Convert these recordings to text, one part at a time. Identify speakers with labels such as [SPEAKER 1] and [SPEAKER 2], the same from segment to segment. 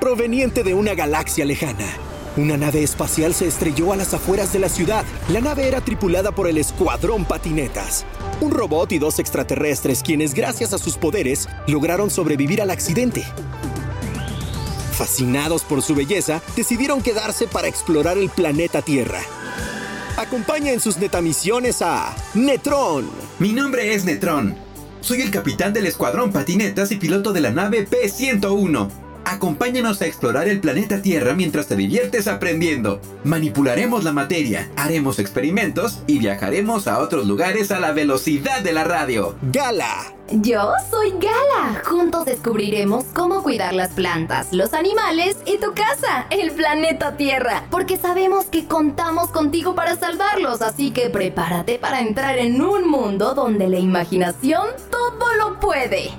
[SPEAKER 1] proveniente de una galaxia lejana. Una nave espacial se estrelló a las afueras de la ciudad. La nave era tripulada por el Escuadrón Patinetas, un robot y dos extraterrestres quienes gracias a sus poderes lograron sobrevivir al accidente. Fascinados por su belleza, decidieron quedarse para explorar el planeta Tierra. Acompaña en sus netamisiones a Netron.
[SPEAKER 2] Mi nombre es Netron. Soy el capitán del Escuadrón Patinetas y piloto de la nave P-101. Acompáñanos a explorar el planeta Tierra mientras te diviertes aprendiendo. Manipularemos la materia, haremos experimentos y viajaremos a otros lugares a la velocidad de la radio.
[SPEAKER 1] Gala.
[SPEAKER 3] Yo soy Gala. Juntos descubriremos cómo cuidar las plantas, los animales y tu casa, el planeta Tierra. Porque sabemos que contamos contigo para salvarlos, así que prepárate para entrar en un mundo donde la imaginación todo lo puede.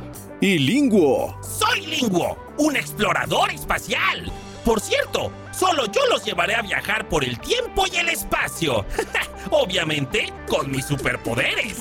[SPEAKER 1] Y Linguo.
[SPEAKER 4] Soy Linguo, un explorador espacial. Por cierto, solo yo los llevaré a viajar por el tiempo y el espacio. Obviamente, con mis superpoderes.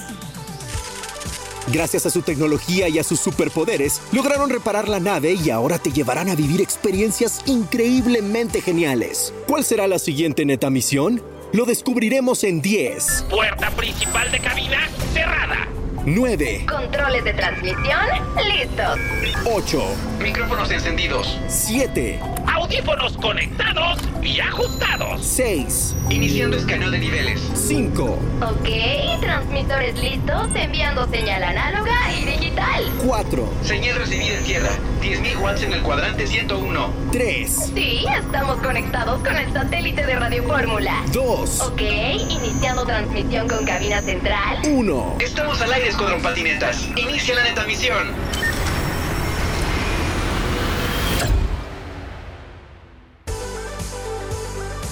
[SPEAKER 1] Gracias a su tecnología y a sus superpoderes, lograron reparar la nave y ahora te llevarán a vivir experiencias increíblemente geniales. ¿Cuál será la siguiente neta misión? Lo descubriremos en 10,
[SPEAKER 4] Puerta principal de cabina cerrada.
[SPEAKER 1] 9,
[SPEAKER 3] Controles de transmisión listos.
[SPEAKER 1] 8,
[SPEAKER 2] Micrófonos encendidos.
[SPEAKER 1] 7,
[SPEAKER 4] Audífonos conectados y ajustados.
[SPEAKER 1] 6,
[SPEAKER 2] Iniciando escaneo de niveles.
[SPEAKER 1] 5,
[SPEAKER 3] Ok, transmisores listos, enviando señal análoga y digital.
[SPEAKER 1] 4,
[SPEAKER 2] Señal recibida en tierra. 10.000 watts en el cuadrante 101.
[SPEAKER 1] 3,
[SPEAKER 3] Sí, estamos conectados con el satélite de Radio Fórmula.
[SPEAKER 1] 2,
[SPEAKER 3] Ok, iniciando transmisión con cabina central.
[SPEAKER 1] 1.
[SPEAKER 2] Estamos al aire, Escuadrón Patinetas. Inicia la neta misión.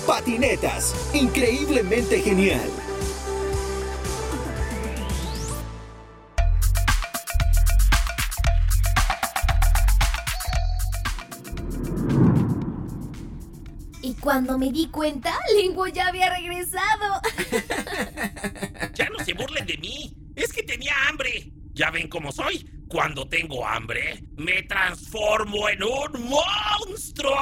[SPEAKER 1] Patinetas, increíblemente genial.
[SPEAKER 3] Y cuando me di cuenta, Linguo ya había regresado.
[SPEAKER 4] Ya no se burlen de mí. Es que tenía hambre. Ya ven cómo soy. Cuando tengo hambre, me transformo en un monstruo.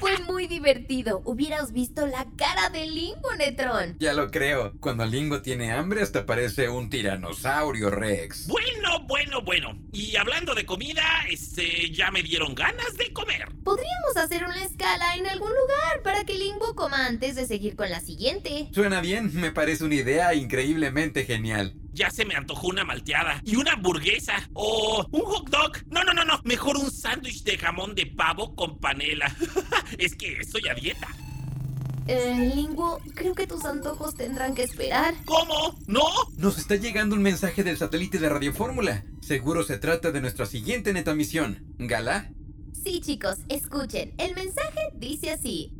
[SPEAKER 3] Fue muy divertido. Hubieras visto la cara de Linguo, Netron.
[SPEAKER 2] Ya lo creo. Cuando Lingo tiene hambre hasta parece un tiranosaurio Rex.
[SPEAKER 4] Bueno, bueno, bueno. Y hablando de comida, este, ya me dieron ganas de comer.
[SPEAKER 3] Podríamos pues, hacer una escala en algún lugar para que Linguo coma antes de seguir con la siguiente.
[SPEAKER 2] Suena bien, me parece una idea increíblemente genial.
[SPEAKER 4] Ya se me antojó una malteada y una hamburguesa o un hot dog. No, no, no, no. Mejor un sándwich de jamón de pavo con panela. es que estoy a dieta.
[SPEAKER 3] Eh, Linguo, creo que tus antojos tendrán que esperar.
[SPEAKER 4] ¿Cómo? ¿No?
[SPEAKER 2] Nos está llegando un mensaje del satélite de Radio Fórmula. Seguro se trata de nuestra siguiente neta misión. ¿Gala?
[SPEAKER 3] Sí, chicos, escuchen. El mensaje dice así.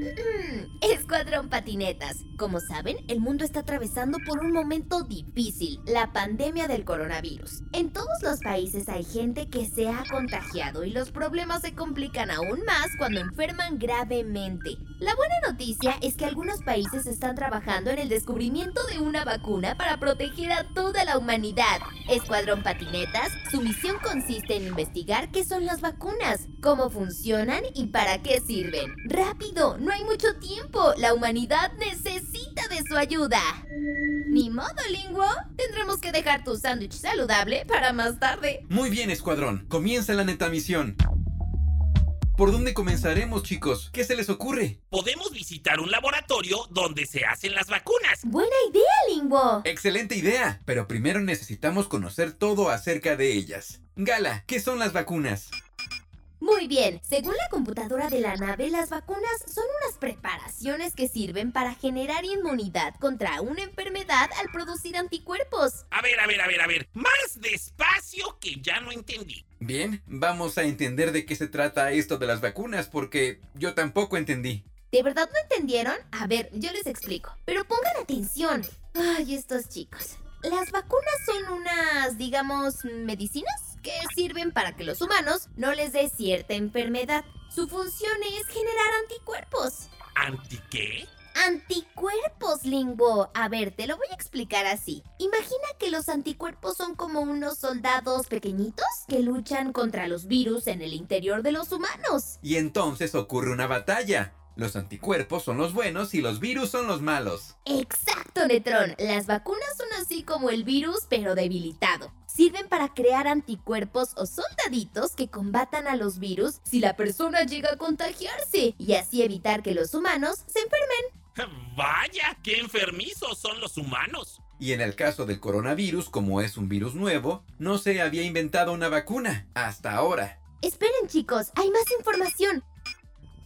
[SPEAKER 3] Mm, Escuadrón Patinetas. Como saben, el mundo está atravesando por un momento difícil, la pandemia del coronavirus. En todos los países hay gente que se ha contagiado y los problemas se complican aún más cuando enferman gravemente. La buena noticia es que algunos países están trabajando en el descubrimiento de una vacuna para proteger a toda la humanidad. Escuadrón Patinetas, su misión consiste en investigar qué son las vacunas, cómo funcionan y para qué sirven. ¡Rápido! ¡No hay mucho tiempo! ¡La humanidad necesita de su ayuda! Ni modo, Linguo. Tendremos que dejar tu sándwich saludable para más tarde.
[SPEAKER 2] Muy bien, escuadrón. Comienza la neta misión. ¿Por dónde comenzaremos, chicos? ¿Qué se les ocurre?
[SPEAKER 4] Podemos visitar un laboratorio donde se hacen las vacunas.
[SPEAKER 3] Buena idea, Linguo.
[SPEAKER 2] Excelente idea, pero primero necesitamos conocer todo acerca de ellas. Gala, ¿qué son las vacunas?
[SPEAKER 3] Muy bien, según la computadora de la nave, las vacunas son unas preparaciones que sirven para generar inmunidad contra una enfermedad al producir anticuerpos.
[SPEAKER 4] A ver, a ver, a ver, a ver. Más despacio que ya no entendí.
[SPEAKER 2] Bien, vamos a entender de qué se trata esto de las vacunas porque yo tampoco entendí.
[SPEAKER 3] ¿De verdad no entendieron? A ver, yo les explico. Pero pongan atención. Ay, estos chicos. Las vacunas son unas, digamos, medicinas que sirven para que los humanos no les dé cierta enfermedad. Su función es generar anticuerpos.
[SPEAKER 4] ¿Anti qué?
[SPEAKER 3] Anticuerpos, Lingbo. A ver, te lo voy a explicar así. Imagina que los anticuerpos son como unos soldados pequeñitos que luchan contra los virus en el interior de los humanos.
[SPEAKER 2] Y entonces ocurre una batalla. Los anticuerpos son los buenos y los virus son los malos.
[SPEAKER 3] Exacto, Netrón. Las vacunas son así como el virus, pero debilitado. Sirven para crear anticuerpos o soldaditos que combatan a los virus si la persona llega a contagiarse y así evitar que los humanos se enfermen.
[SPEAKER 4] Vaya, qué enfermizos son los humanos.
[SPEAKER 2] Y en el caso del coronavirus, como es un virus nuevo, no se había inventado una vacuna hasta ahora.
[SPEAKER 3] Esperen, chicos, hay más información.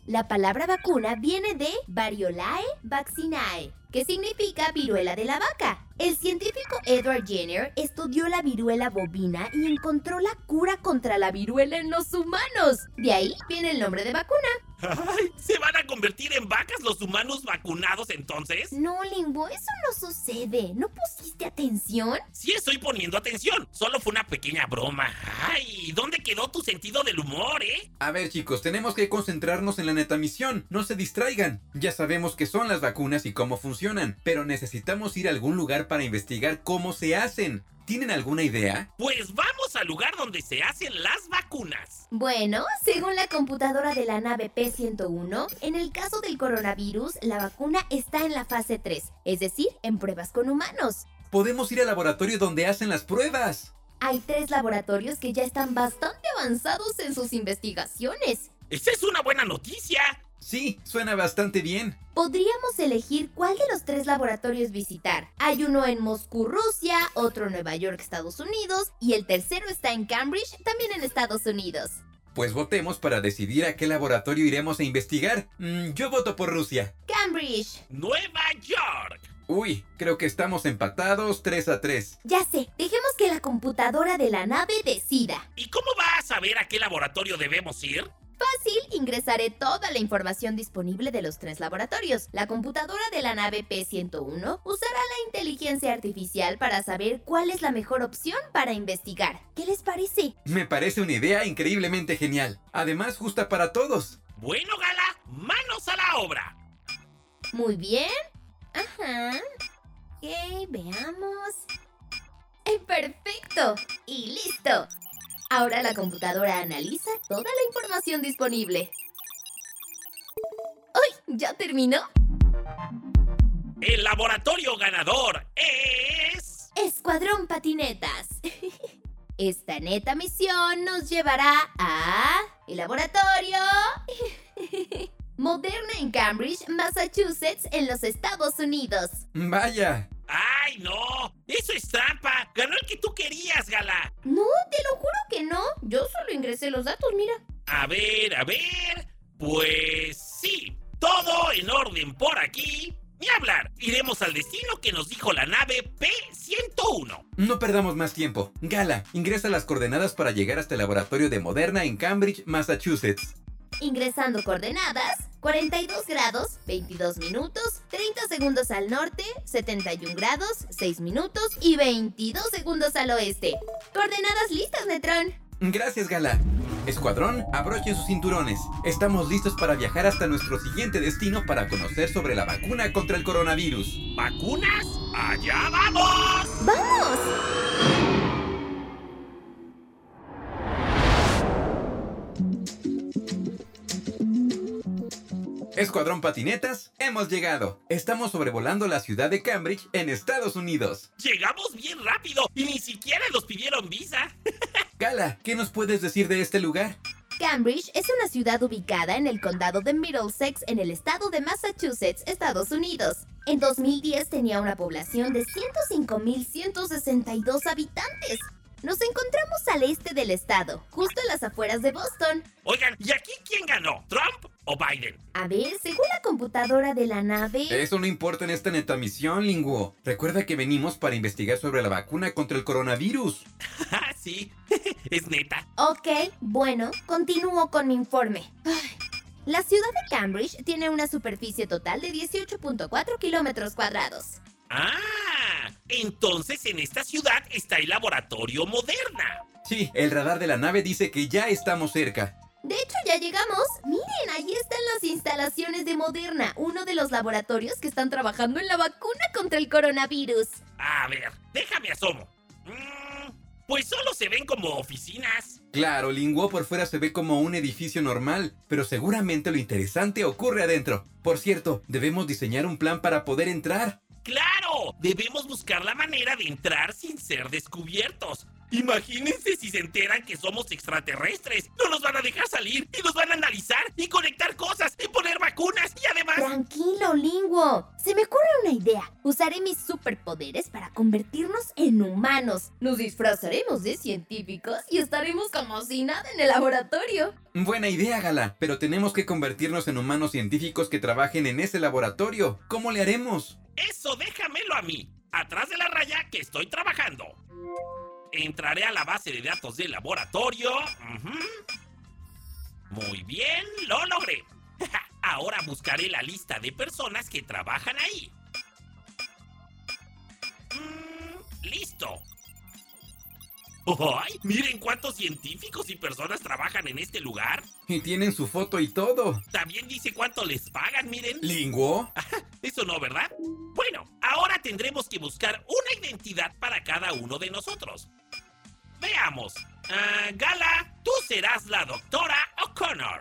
[SPEAKER 3] La palabra vacuna viene de Variolae vaccinae, que significa viruela de la vaca. El científico Edward Jenner estudió la viruela bovina y encontró la cura contra la viruela en los humanos. De ahí viene el nombre de vacuna.
[SPEAKER 4] Ay, ¿Se van a convertir en vacas los humanos vacunados entonces?
[SPEAKER 3] No, Limbo, eso no sucede. ¿No pusiste atención?
[SPEAKER 4] Sí estoy poniendo atención. Solo fue una pequeña broma. Ay, ¿dónde quedó tu sentido del humor, eh?
[SPEAKER 2] A ver chicos, tenemos que concentrarnos en la neta misión, no se distraigan. Ya sabemos qué son las vacunas y cómo funcionan, pero necesitamos ir a algún lugar para investigar cómo se hacen. ¿Tienen alguna idea?
[SPEAKER 4] Pues vamos al lugar donde se hacen las vacunas.
[SPEAKER 3] Bueno, según la computadora de la nave P101, en el caso del coronavirus, la vacuna está en la fase 3, es decir, en pruebas con humanos.
[SPEAKER 2] Podemos ir al laboratorio donde hacen las pruebas.
[SPEAKER 3] Hay tres laboratorios que ya están bastante avanzados en sus investigaciones.
[SPEAKER 4] Esa es una buena noticia.
[SPEAKER 2] Sí, suena bastante bien.
[SPEAKER 3] Podríamos elegir cuál de los tres laboratorios visitar. Hay uno en Moscú, Rusia, otro en Nueva York, Estados Unidos, y el tercero está en Cambridge, también en Estados Unidos.
[SPEAKER 2] Pues votemos para decidir a qué laboratorio iremos a investigar. Mm, yo voto por Rusia.
[SPEAKER 3] Cambridge.
[SPEAKER 4] Nueva York.
[SPEAKER 2] Uy, creo que estamos empatados 3 a 3.
[SPEAKER 3] Ya sé, dejemos que la computadora de la nave decida.
[SPEAKER 4] ¿Y cómo va a saber a qué laboratorio debemos ir?
[SPEAKER 3] Fácil, ingresaré toda la información disponible de los tres laboratorios. La computadora de la nave P101 usará la inteligencia artificial para saber cuál es la mejor opción para investigar. ¿Qué les parece?
[SPEAKER 2] Me parece una idea increíblemente genial. Además, justa para todos.
[SPEAKER 4] Bueno, Gala, manos a la obra.
[SPEAKER 3] Muy bien. Ajá. Ok, veamos. ¡Eh, ¡Perfecto! ¡Y listo! Ahora la computadora analiza toda la información disponible. ¡Uy! ¿Ya terminó?
[SPEAKER 4] El laboratorio ganador es...
[SPEAKER 3] Escuadrón Patinetas. Esta neta misión nos llevará a... El laboratorio... Moderna en Cambridge, Massachusetts, en los Estados Unidos.
[SPEAKER 2] Vaya,
[SPEAKER 4] ¡Ay, no! ¡Eso es trampa! ¡Ganó el que tú querías, Gala!
[SPEAKER 3] No, te lo juro que no. Yo solo ingresé los datos, mira.
[SPEAKER 4] A ver, a ver... Pues sí, todo en orden por aquí. Ni hablar, iremos al destino que nos dijo la nave P-101.
[SPEAKER 2] No perdamos más tiempo. Gala, ingresa las coordenadas para llegar hasta el laboratorio de Moderna en Cambridge, Massachusetts.
[SPEAKER 3] Ingresando coordenadas, 42 grados, 22 minutos, 30 segundos al norte, 71 grados, 6 minutos y 22 segundos al oeste. Coordenadas listas, Netrón.
[SPEAKER 2] Gracias, Gala. Escuadrón, abrochen sus cinturones. Estamos listos para viajar hasta nuestro siguiente destino para conocer sobre la vacuna contra el coronavirus.
[SPEAKER 4] ¿Vacunas? ¡Allá vamos!
[SPEAKER 3] ¡Vamos!
[SPEAKER 2] Escuadrón Patinetas, hemos llegado. Estamos sobrevolando la ciudad de Cambridge en Estados Unidos.
[SPEAKER 4] Llegamos bien rápido y ni siquiera nos pidieron visa.
[SPEAKER 2] Gala, ¿qué nos puedes decir de este lugar?
[SPEAKER 3] Cambridge es una ciudad ubicada en el condado de Middlesex en el estado de Massachusetts, Estados Unidos. En 2010 tenía una población de 105.162 habitantes. Nos encontramos al este del estado, justo en las afueras de Boston.
[SPEAKER 4] Oigan, ¿y aquí quién ganó? ¿Trump o Biden?
[SPEAKER 3] A ver, según la computadora de la nave...
[SPEAKER 2] Eso no importa en esta neta misión, Linguo. Recuerda que venimos para investigar sobre la vacuna contra el coronavirus.
[SPEAKER 4] Ah, sí, es neta.
[SPEAKER 3] Ok, bueno, continúo con mi informe. Ay. La ciudad de Cambridge tiene una superficie total de 18.4 kilómetros cuadrados.
[SPEAKER 4] Ah, entonces en esta ciudad está el laboratorio Moderna.
[SPEAKER 2] Sí, el radar de la nave dice que ya estamos cerca.
[SPEAKER 3] De hecho, ya llegamos. Miren, ahí están las instalaciones de Moderna, uno de los laboratorios que están trabajando en la vacuna contra el coronavirus.
[SPEAKER 4] A ver, déjame asomo. Mm, pues solo se ven como oficinas.
[SPEAKER 2] Claro, Linguo por fuera se ve como un edificio normal, pero seguramente lo interesante ocurre adentro. Por cierto, debemos diseñar un plan para poder entrar.
[SPEAKER 4] ¡Claro! Debemos buscar la manera de entrar sin ser descubiertos. Imagínense si se enteran que somos extraterrestres. No nos van a dejar salir y nos van a analizar y conectar cosas y poner vacunas y además...
[SPEAKER 3] Tranquilo, Linguo. Se me ocurre una idea. Usaré mis superpoderes para convertirnos en humanos. Nos disfrazaremos de científicos y estaremos como si nada en el laboratorio.
[SPEAKER 2] Buena idea, Gala, pero tenemos que convertirnos en humanos científicos que trabajen en ese laboratorio. ¿Cómo le haremos?
[SPEAKER 4] Eso déjamelo a mí. Atrás de la raya que estoy trabajando. Entraré a la base de datos del laboratorio. Ujú. Muy bien, lo logré. Ahora buscaré la lista de personas que trabajan ahí. Mm, Listo. ¡Ay! Miren cuántos científicos y personas trabajan en este lugar.
[SPEAKER 2] Y tienen su foto y todo.
[SPEAKER 4] También dice cuánto les pagan, miren.
[SPEAKER 2] ¿Linguo?
[SPEAKER 4] Eso no, ¿verdad? Bueno, ahora tendremos que buscar una identidad para cada uno de nosotros. Veamos. Ah, Gala, tú serás la doctora O'Connor.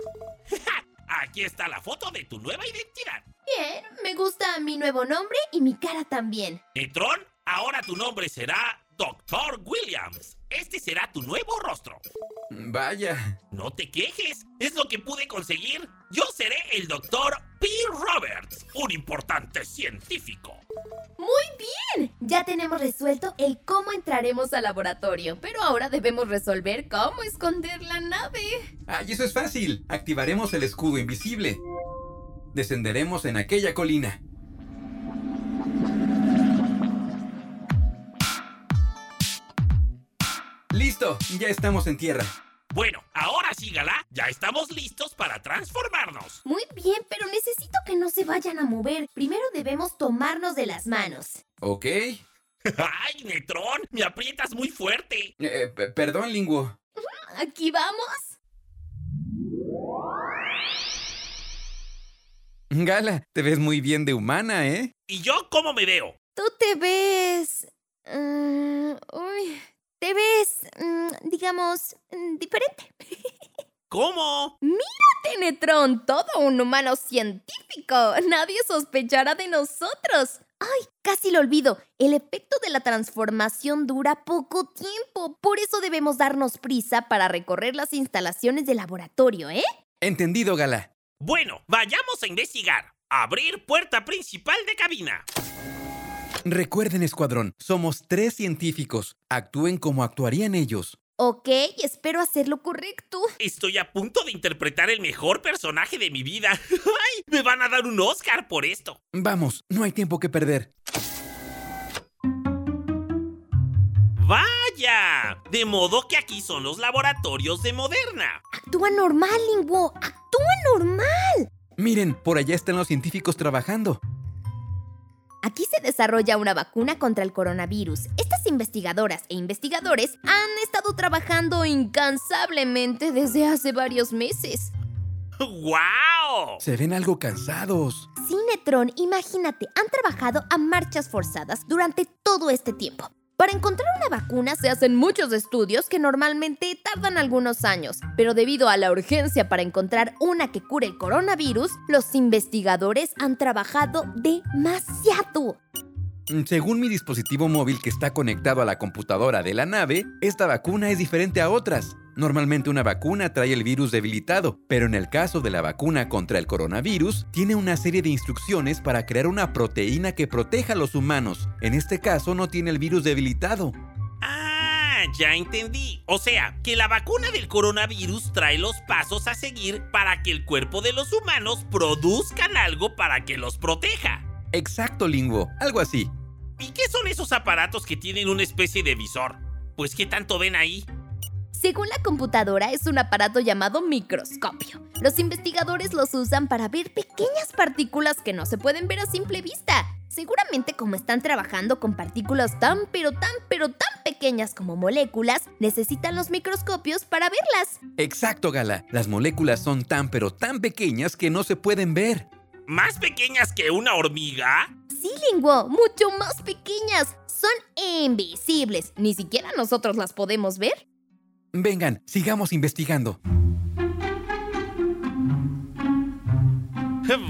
[SPEAKER 4] Aquí está la foto de tu nueva identidad.
[SPEAKER 3] Bien, me gusta mi nuevo nombre y mi cara también.
[SPEAKER 4] Netrón, ahora tu nombre será Doctor Williams. Este será tu nuevo rostro.
[SPEAKER 2] Vaya.
[SPEAKER 4] No te quejes, es lo que pude conseguir. Yo seré el doctor P. Roberts, un importante científico.
[SPEAKER 3] Bien, ya tenemos resuelto el cómo entraremos al laboratorio, pero ahora debemos resolver cómo esconder la nave.
[SPEAKER 2] ¡Ay, Ah, eso es fácil! Activaremos el escudo invisible. Descenderemos en aquella colina. ¡Listo! Ya estamos en tierra.
[SPEAKER 4] Bueno, ahora sí, Gala, ya estamos listos para transformarnos.
[SPEAKER 3] Muy bien, pero necesito que no se vayan a mover. Primero debemos tomarnos de las manos.
[SPEAKER 2] ¿Ok? Eh,
[SPEAKER 4] ¡Ay, Netrón! ¡Me aprietas muy fuerte!
[SPEAKER 2] eh, p- perdón, Linguo.
[SPEAKER 3] Aquí vamos.
[SPEAKER 2] Gala, te ves muy bien de humana, ¿eh?
[SPEAKER 4] ¿Y yo cómo me veo?
[SPEAKER 3] Tú te ves... mm, uy, te ves, mm, digamos, mm, diferente.
[SPEAKER 4] ¿Cómo?
[SPEAKER 3] Tenetron, todo un humano científico. Nadie sospechará de nosotros. Ay, casi lo olvido. El efecto de la transformación dura poco tiempo. Por eso debemos darnos prisa para recorrer las instalaciones del laboratorio, ¿eh?
[SPEAKER 2] Entendido, Gala.
[SPEAKER 4] Bueno, vayamos a investigar. Abrir puerta principal de cabina.
[SPEAKER 2] Recuerden, escuadrón, somos tres científicos. Actúen como actuarían ellos.
[SPEAKER 3] Ok, espero hacerlo correcto.
[SPEAKER 4] Estoy a punto de interpretar el mejor personaje de mi vida. ¡Ay! Me van a dar un Oscar por esto.
[SPEAKER 2] Vamos, no hay tiempo que perder.
[SPEAKER 4] ¡Vaya! De modo que aquí son los laboratorios de Moderna.
[SPEAKER 3] Actúa normal, Linguo. Actúa normal.
[SPEAKER 2] Miren, por allá están los científicos trabajando.
[SPEAKER 3] Aquí se desarrolla una vacuna contra el coronavirus. Estas investigadoras e investigadores han estado trabajando incansablemente desde hace varios meses.
[SPEAKER 4] ¡Wow!
[SPEAKER 2] Se ven algo cansados.
[SPEAKER 3] Cinetron, imagínate, han trabajado a marchas forzadas durante todo este tiempo. Para encontrar una vacuna se hacen muchos estudios que normalmente tardan algunos años, pero debido a la urgencia para encontrar una que cure el coronavirus, los investigadores han trabajado demasiado.
[SPEAKER 2] Mm, Según mi dispositivo móvil que está conectado a la computadora de la nave, esta vacuna es diferente a otras. Normalmente una vacuna trae el virus debilitado, pero en el caso de la vacuna contra el coronavirus, tiene una serie de instrucciones para crear una proteína que proteja a los humanos. En este caso no tiene el virus debilitado.
[SPEAKER 4] Ah, ya entendí. O sea, que la vacuna del coronavirus trae los pasos a seguir para que el cuerpo de los humanos produzcan algo para que los proteja.
[SPEAKER 2] Exacto, Linguo, algo así.
[SPEAKER 4] ¿Y qué son esos aparatos que tienen una especie de visor? Pues qué tanto ven ahí.
[SPEAKER 3] Según la computadora, es un aparato llamado microscopio. Los investigadores los usan para ver pequeñas partículas que no se pueden ver a simple vista. Seguramente como están trabajando con partículas tan pero tan pero tan pequeñas como moléculas, necesitan los microscopios para verlas.
[SPEAKER 2] Exacto, Gala. Las moléculas son tan pero tan pequeñas que no se pueden ver.
[SPEAKER 4] ¿Más pequeñas que una hormiga?
[SPEAKER 3] Sí, Linguo, mucho más pequeñas. Son invisibles. Ni siquiera nosotros las podemos ver.
[SPEAKER 2] Vengan, sigamos investigando.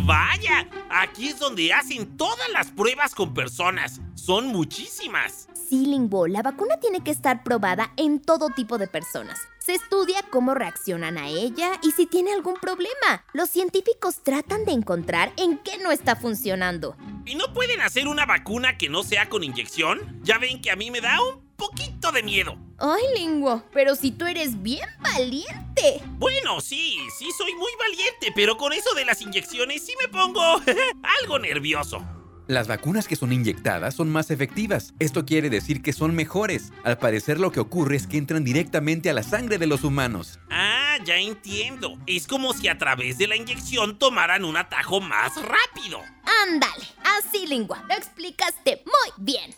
[SPEAKER 4] Vaya, aquí es donde hacen todas las pruebas con personas. Son muchísimas.
[SPEAKER 3] Sí, Linguo, la vacuna tiene que estar probada en todo tipo de personas. Se estudia cómo reaccionan a ella y si tiene algún problema. Los científicos tratan de encontrar en qué no está funcionando.
[SPEAKER 4] ¿Y no pueden hacer una vacuna que no sea con inyección? Ya ven que a mí me da un poquito de miedo.
[SPEAKER 3] Ay, Linguo, pero si tú eres bien valiente.
[SPEAKER 4] Bueno, sí, sí soy muy valiente, pero con eso de las inyecciones sí me pongo algo nervioso.
[SPEAKER 2] Las vacunas que son inyectadas son más efectivas. Esto quiere decir que son mejores. Al parecer lo que ocurre es que entran directamente a la sangre de los humanos.
[SPEAKER 4] Ah, ya entiendo. Es como si a través de la inyección tomaran un atajo más rápido.
[SPEAKER 3] Ándale, así, Linguo, lo explicaste muy bien.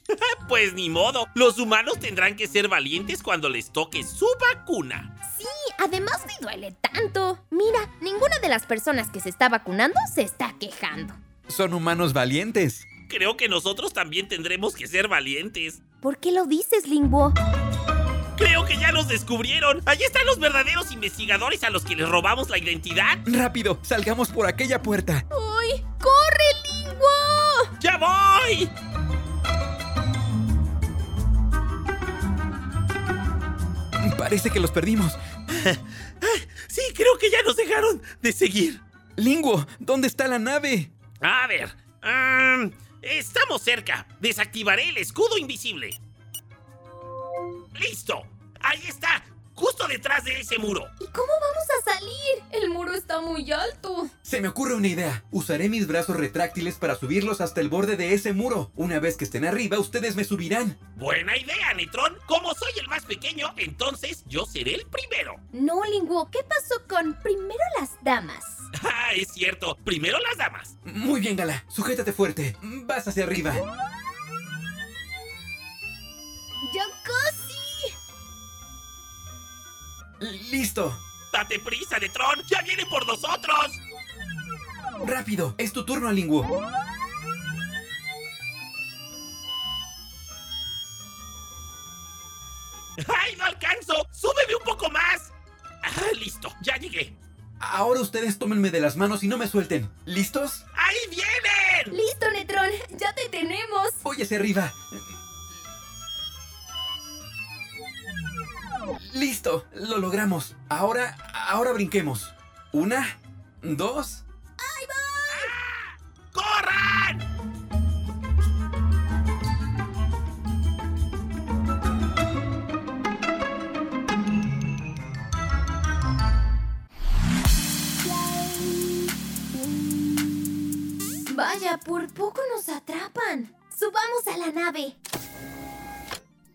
[SPEAKER 4] Pues ni modo, los humanos tendrán que ser valientes cuando les toque su vacuna.
[SPEAKER 3] Sí, además ni duele tanto. Mira, ninguna de las personas que se está vacunando se está quejando.
[SPEAKER 2] Son humanos valientes.
[SPEAKER 4] Creo que nosotros también tendremos que ser valientes.
[SPEAKER 3] ¿Por qué lo dices, Linguo?
[SPEAKER 4] Creo que ya nos descubrieron. Allí están los verdaderos investigadores a los que les robamos la identidad.
[SPEAKER 2] Rápido, salgamos por aquella puerta.
[SPEAKER 3] ¡Uy! ¡Corre, Linguo!
[SPEAKER 4] ¡Ya voy!
[SPEAKER 2] Parece que los perdimos.
[SPEAKER 4] Sí, creo que ya nos dejaron de seguir.
[SPEAKER 2] Linguo, ¿dónde está la nave?
[SPEAKER 4] A ver. mm, estamos cerca. Desactivaré el escudo invisible. ¡Listo! Ahí está. Justo detrás de ese muro.
[SPEAKER 3] ¿Y cómo vamos a salir? El muro está muy alto.
[SPEAKER 2] Se me ocurre una idea. Usaré mis brazos retráctiles para subirlos hasta el borde de ese muro. Una vez que estén arriba, ustedes me subirán.
[SPEAKER 4] Buena idea, Netrón. Como soy el más pequeño, entonces yo seré el primero.
[SPEAKER 3] No, Linguo, ¿qué pasó con primero las damas?
[SPEAKER 4] Ah, es cierto. Primero las damas.
[SPEAKER 2] Muy bien, Gala. Sujétate fuerte. Vas hacia arriba.
[SPEAKER 3] ¡Yo casi!
[SPEAKER 2] Listo.
[SPEAKER 4] Date prisa, Netrón. Ya viene por nosotros.
[SPEAKER 2] Rápido. Es tu turno, Linguo.
[SPEAKER 4] ¡Ay, no alcanzo! ¡Súbeme un poco más! Ah, listo. Ya llegué.
[SPEAKER 2] Ahora ustedes tómenme de las manos y no me suelten. ¿Listos?
[SPEAKER 4] ¡Ahí vienen!
[SPEAKER 3] ¡Listo, Netrón! ¡Ya te tenemos!
[SPEAKER 2] Voy hacia arriba. Listo, lo logramos. Ahora, ahora brinquemos. Una, dos.
[SPEAKER 4] ¡Corran!
[SPEAKER 3] Vaya, por poco nos atrapan. Subamos a la nave.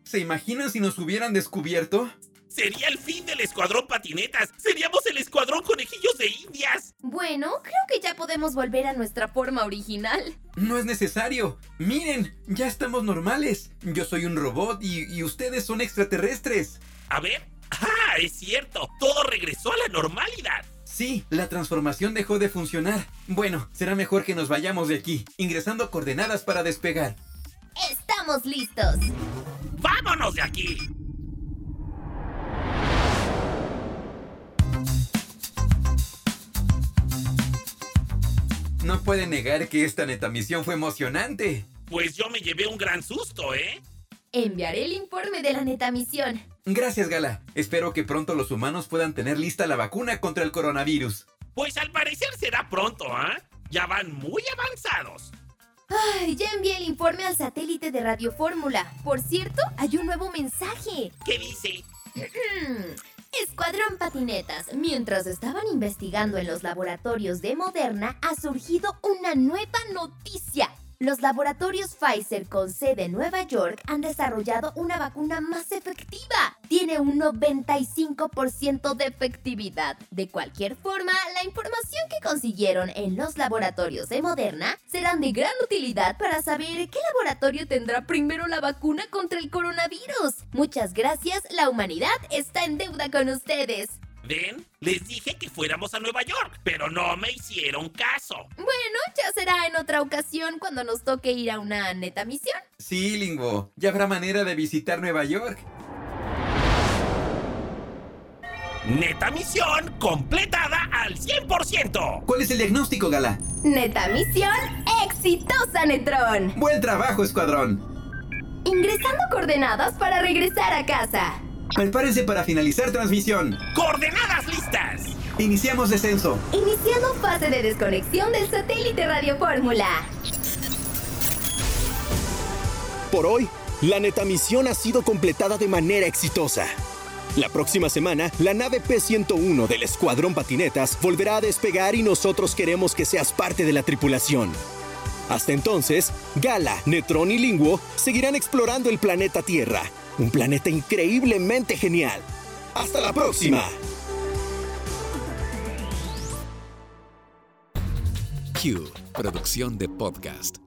[SPEAKER 2] ¿Se imaginan si nos hubieran descubierto?
[SPEAKER 4] Sería el fin del escuadrón patinetas. Seríamos el escuadrón conejillos de indias.
[SPEAKER 3] Bueno, creo que ya podemos volver a nuestra forma original.
[SPEAKER 2] No es necesario. Miren, ya estamos normales. Yo soy un robot y, y ustedes son extraterrestres.
[SPEAKER 4] A ver. ¡Ah, es cierto! Todo regresó a la normalidad.
[SPEAKER 2] Sí, la transformación dejó de funcionar. Bueno, será mejor que nos vayamos de aquí, ingresando coordenadas para despegar.
[SPEAKER 3] ¡Estamos listos!
[SPEAKER 4] ¡Vámonos de aquí!
[SPEAKER 2] No pueden negar que esta neta misión fue emocionante.
[SPEAKER 4] Pues yo me llevé un gran susto, ¿eh?
[SPEAKER 3] Enviaré el informe de la neta misión.
[SPEAKER 2] Gracias, Gala. Espero que pronto los humanos puedan tener lista la vacuna contra el coronavirus.
[SPEAKER 4] Pues al parecer será pronto, ¿ah? Ya van muy avanzados.
[SPEAKER 3] Ay, ya envié el informe al satélite de Radio Fórmula. Por cierto, hay un nuevo mensaje.
[SPEAKER 4] ¿Qué dice?
[SPEAKER 3] Mm, Escuadrón Patinetas, mientras estaban investigando en los laboratorios de Moderna, ha surgido una nueva noticia. Los laboratorios Pfizer con sede en Nueva York han desarrollado una vacuna más efectiva. Tiene un 95% de efectividad. De cualquier forma, la información que consiguieron en los laboratorios de Moderna serán de gran utilidad para saber qué laboratorio tendrá primero la vacuna contra el coronavirus. Muchas gracias, la humanidad está en deuda con ustedes.
[SPEAKER 4] ¿Ven? Les dije que fuéramos a Nueva York, pero no me hicieron caso.
[SPEAKER 3] Bueno, ya será en otra ocasión cuando nos toque ir a una neta misión.
[SPEAKER 2] Sí, Lingo, ya habrá manera de visitar Nueva York.
[SPEAKER 4] Neta misión completada al 100%.
[SPEAKER 2] ¿Cuál es el diagnóstico, Gala?
[SPEAKER 3] Neta misión exitosa, Netrón.
[SPEAKER 2] Buen trabajo, escuadrón.
[SPEAKER 3] Ingresando coordenadas para regresar a casa.
[SPEAKER 2] Prepárense para finalizar transmisión.
[SPEAKER 4] Coordenadas listas.
[SPEAKER 2] Iniciamos descenso.
[SPEAKER 3] Iniciando fase de desconexión del satélite Radio Fórmula.
[SPEAKER 1] Por hoy, la netamisión ha sido completada de manera exitosa. La próxima semana, la nave P-101 del Escuadrón Patinetas volverá a despegar y nosotros queremos que seas parte de la tripulación. Hasta entonces, Gala, Netrón y Linguo seguirán explorando el planeta Tierra, un planeta increíblemente genial. ¡Hasta la próxima!
[SPEAKER 5] Q, producción de podcast.